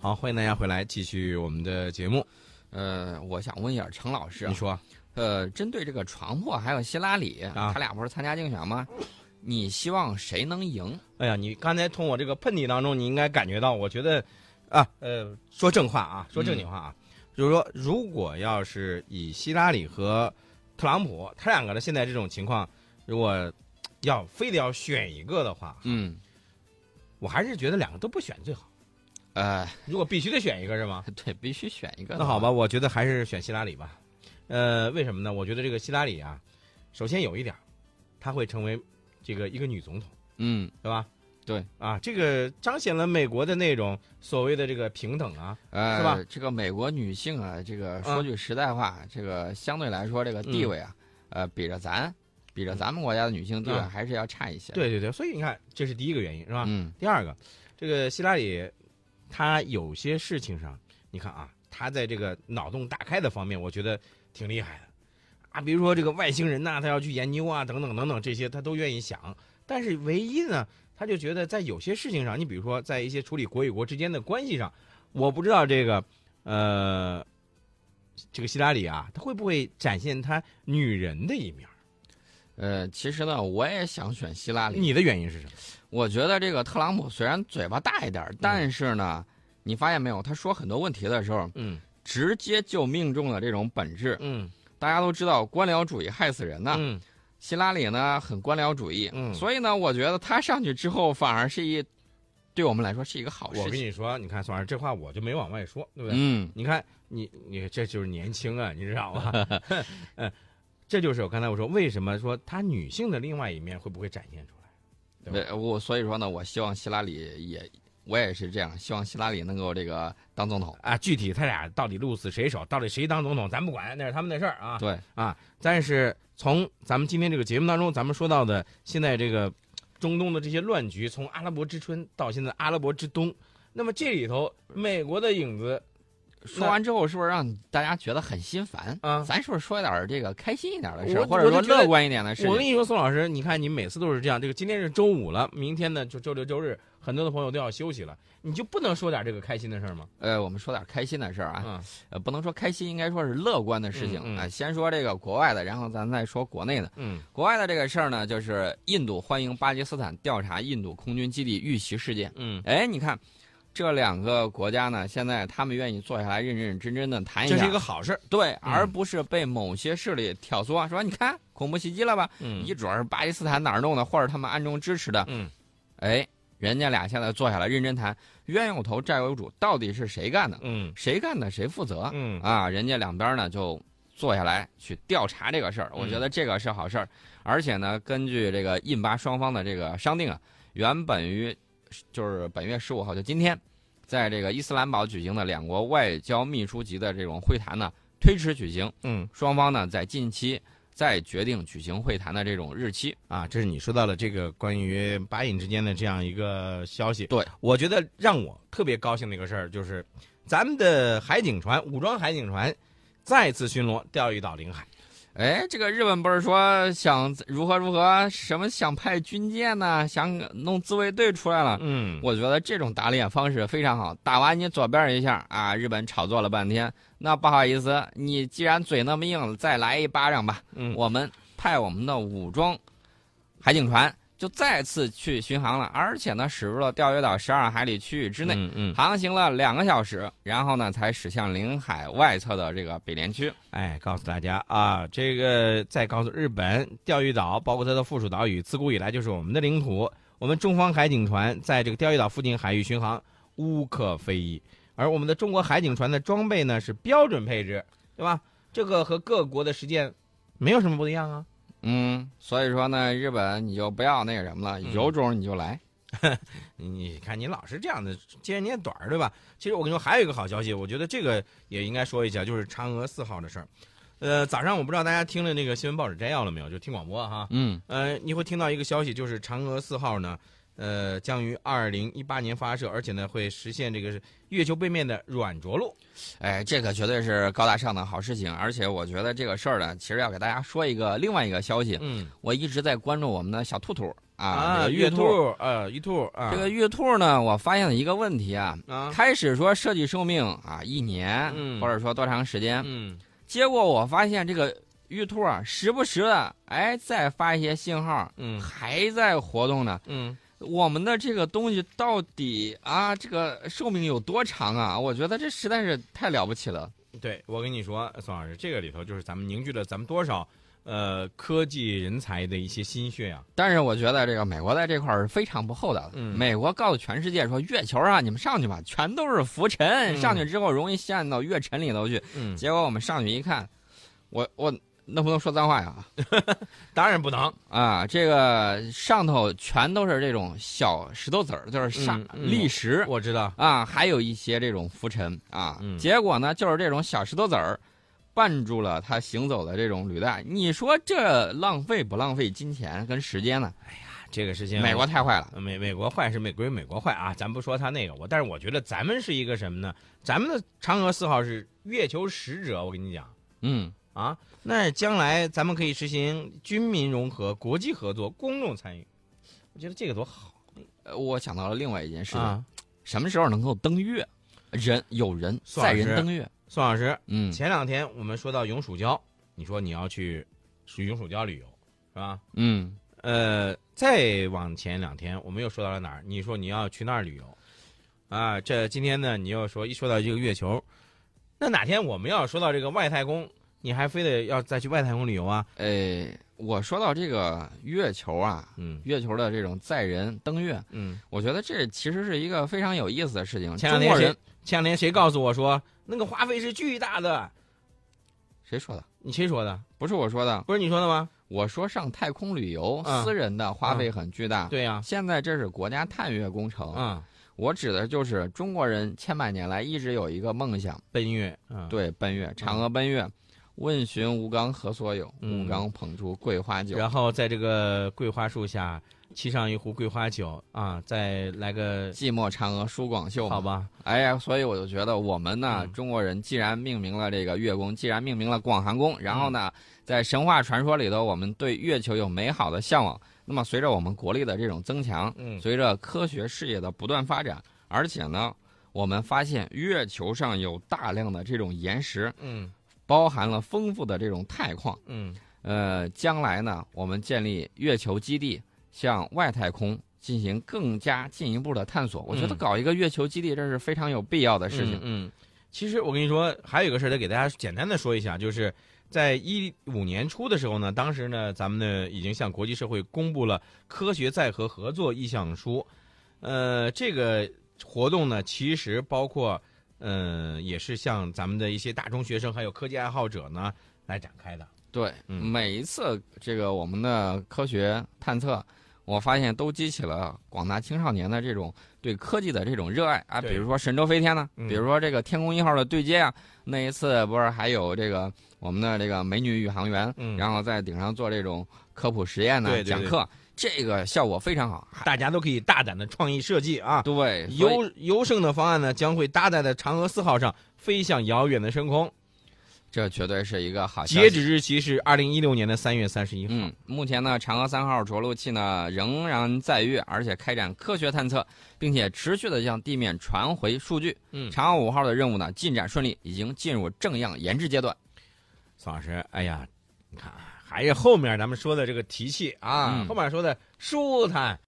好，欢迎大家回来，继续我们的节目。呃，我想问一下程老师啊你，说，呃，针对这个床破还有希拉里，啊他俩不是参加竞选吗？你希望谁能赢？哎呀，你刚才从我这个喷嚏当中，你应该感觉到，我觉得，啊，呃，说正话啊，说正经话啊，就是说，如果要是以希拉里和特朗普他两个的现在这种情况，如果要非得要选一个的话，嗯，我还是觉得两个都不选最好。呃，如果必须得选一个是吗？对，必须选一个。那好吧，，我觉得还是选希拉里吧。呃，为什么呢？我觉得这个希拉里啊，首先有一点儿，她会成为这个一个女总统，嗯，对吧？对啊，这个彰显了美国的那种所谓的这个平等啊，呃，是吧？这个美国女性啊，这个说啊句实在话，这个相对来说这个地位啊，呃，比着咱，比着咱们国家的女性地位嗯还是要差一些。，对对啊对，所以你看，这是第一个原因，是吧？嗯第二个，这个希拉里，她有些事情上，你看啊，她在这个脑洞大开的方面，我觉得挺厉害的啊。比如说这个外星人呐、她要去研究啊，等等等等，这些她都愿意想。但是唯一呢，她就觉得在有些事情上，你比如说在一些处理国与国之间的关系上，我不知道这个呃，这个希拉里啊，她会不会展现她女人的一面儿？呃，其实呢，我也想选希拉里。你的原因是什么？我觉得这个特朗普虽然嘴巴大一点嗯儿，但是呢，你发现没有，他说很多问题的时候，嗯直接就命中了这种本质。嗯大家都知道，官僚主义害死人呐。嗯希拉里呢，很官僚主义，嗯所以呢，我觉得他上去之后，反而是一，对我们来说是一个好我事跟情。你说，你看，算儿这话我就没往外说，对不对？嗯你看，你你这就是年轻啊，你知道吧？ 嗯，这就是我刚才我说为什么说她女性的另外一面会不会展现出来？对对，我所以说呢，我希望希拉里也，我也是这样，希望希拉里能够这个当总统。啊，具体他俩到底鹿死谁手，到底谁当总统，咱不管，那是他们的事儿啊。对，啊，但是从咱们今天这个节目当中，咱们说到的现在这个中东的这些乱局，从阿拉伯之春到现在阿拉伯之冬，那么这里头美国的影子说完之后，是不是让大家觉得很心烦？啊，咱是不是说点儿这个开心一点的事我儿，或者我说就觉得乐观一点的事我跟情？你说，宋老师，你看你每次都是这样。这个今天是周五了，明天呢就周六周日，很多的朋友都要休息了，你就不能说点这个开心的事儿吗？呃，我们说点儿开心的事儿啊，啊，呃，不能说开心，应该说是乐观的事情啊、嗯嗯先说这个国外的，然后咱再说国内的。嗯国外的这个事儿呢，就是印度欢迎巴基斯坦调查印度空军基地遇袭事件。嗯，哎，你看，这两个国家呢，现在他们愿意坐下来认认真真的谈一下，这是一个嗯好事儿。对，而不是被某些势力挑唆，说你看恐怖袭击了吧，嗯一准儿是巴基斯坦哪儿弄的，或者他们暗中支持的。嗯哎，人家俩现在坐下来认真谈，冤有头债有主，到底是谁干的？嗯谁干的谁负责？嗯啊，人家两边呢就坐下来去调查这个事儿，我觉得这个是好事儿。而且呢，根据这个印巴双方的这个商定啊，原本于就是本月十五号，就今天，在这个伊斯兰堡举行的两国外交秘书级的这种会谈呢，推迟举行。嗯双方呢在近期再决定举行会谈的这种日期。啊，这是你说到了这个关于巴印之间的这样一个消息。对，我觉得让我特别高兴的一个事儿就是，咱们的海警船武装海警船再次巡逻钓鱼岛领海。哎，这个日本不是说想如何如何，什么想派军舰呢、想弄自卫队出来了。嗯我觉得这种打脸方式非常好，打完你左边一下啊，日本炒作了半天，那不好意思，你既然嘴那么硬了，再来一巴掌吧。嗯我们派我们的武装海警船就再次去巡航了，而且呢，驶入了钓鱼岛十二海里区域之内，嗯嗯，航行了两个小时，然后呢，才驶向领海外侧的这个北联区。哎，告诉大家啊，这个再告诉日本，钓鱼岛包括它的附属岛屿，自古以来就是我们的领土。我们中方海警船在这个钓鱼岛附近海域巡航，无可非议。而我们的中国海警船的装备呢是标准配置，对吧？这个和各国的实践没有什么不一样啊。嗯，所以说呢，日本你就不要那个什么了，嗯有种你就来。你你看，你老是这样的揭人家短儿，对吧？其实我跟你说，还有一个好消息，我觉得这个也应该说一下，就是嫦娥四号的事儿。呃，早上我不知道大家听了那个新闻报纸摘要了没有，就听广播哈。嗯呃，你会听到一个消息，就是嫦娥四号呢，呃，将于二零一八年发射，而且呢会实现这个月球背面的软着陆。哎，这可绝对是高大上的好事情，而且我觉得这个事儿呢，其实要给大家说一个另外一个消息。嗯我一直在关注我们的小兔兔啊，这个月玉兔。呃，玉兔啊，这个玉兔呢，我发现了一个问题啊，啊，开始说设计寿命啊一年，嗯或者说多长时间，嗯，结果我发现这个玉兔啊，时不时的哎再发一些信号，嗯还在活动呢。嗯，我们的这个东西到底啊，这个寿命有多长啊？我觉得这实在是太了不起了。对，我跟你说，宋老师，这个里头就是咱们凝聚了咱们多少呃科技人才的一些心血啊。但是我觉得这个美国在这块儿是非常不厚道的。嗯美国告诉全世界说，月球啊，你们上去吧，全都是浮尘，嗯上去之后容易陷到月尘里头去。嗯，结果我们上去一看，我我能不能说脏话呀？当然不能，啊，这个上头全都是这种小石头子儿，就是沙嗯、嗯砾石我知道。啊，还有一些这种浮尘啊。嗯结果呢，就是这种小石头子儿绊住了他行走的这种履带。你说这浪费不浪费金钱跟时间呢？这个事情，美国太坏了。呃美美国坏是美归美国坏啊，咱不说他那个我，但是我觉得咱们是一个什么呢？咱们的嫦娥四号是月球使者，我跟你讲嗯，啊，那将来咱们可以实行军民融合、国际合作、公众参与，我觉得这个多好呃我想到了另外一件事情，啊！什么时候能够登月？人有人宋老载师人登月。宋老师，嗯，前两天我们说到永暑礁，你说你要去去永暑礁旅游是吧？嗯，呃，再往前两天，我们又说到了哪儿？你说你要去那儿旅游，啊，这今天呢，你又说一说到这个月球，那哪天我们要说到这个外太空，你还非得要再去外太空旅游啊？哎，我说到这个月球啊，嗯月球的这种载人登月，嗯，我觉得这其实是一个非常有意思的事情。前两嗯中天国谁人前两天谁告诉我说那个花费是巨大的？谁说的？你谁说的？不是我说的，不是你说的吗？我说上太空旅游，嗯私人的花费很巨大。对呀、现在这是国家探月工程，啊，我指的就是中国人千百年来一直有一个梦想，奔月，嗯，，对奔月，嫦娥奔月。问询吴刚何所有？嗯吴刚捧出桂花酒。然后在这个桂花树下沏上一壶桂花酒啊，再来个寂寞嫦娥舒广袖。好，吧，哎呀，所以我就觉得我们呢，嗯中国人既然命名了这个月宫，既然命名了广寒宫，然嗯后呢，在神话传说里头，我们对月球有美好的向往。那么，随着我们国力的这种增强，嗯随着科学事业的不断发展，而且呢，我们发现月球上有大量的这种岩石，嗯包含了丰富的这种钛矿。嗯呃，将来呢，我们建立月球基地，向外太空进行更加进一步的探索。我觉得嗯搞一个月球基地，这是非常有必要的事情。嗯，嗯其实我跟你说，还有一个事儿得给大家简单的说一下，就是在一五年初的时候呢，当时呢，咱们呢已经向国际社会公布了科学载荷合作意向书。呃，这个活动呢，其实包括嗯、呃也是向咱们的一些大中学生还有科技爱好者呢来展开的。对，嗯每一次这个我们的科学探测，我发现都激起了广大青少年的这种对科技的这种热爱啊。对比如说神舟飞天呢、嗯比如说这个天宫一号的对接啊，那一次不是还有这个我们的这个美女宇航员，嗯然后在顶上做这种科普实验呢、对对对讲课，这个效果非常好。大家都可以大胆的创意设计啊！ 对，所以优优胜的方案呢，将会搭载在嫦娥四号上，飞向遥远的深空。这绝对是一个好消息截止日期是二零一六年的三月三十一号。嗯，目前呢，嫦娥三号着陆器呢仍然在月，而且开展科学探测，并且持续的向地面传回数据。嗯嫦娥五号的任务呢进展顺利，已经进入正样研制阶段。宋老师，哎呀，你看啊，还是后面咱们说的这个提气啊，嗯后面说的舒坦，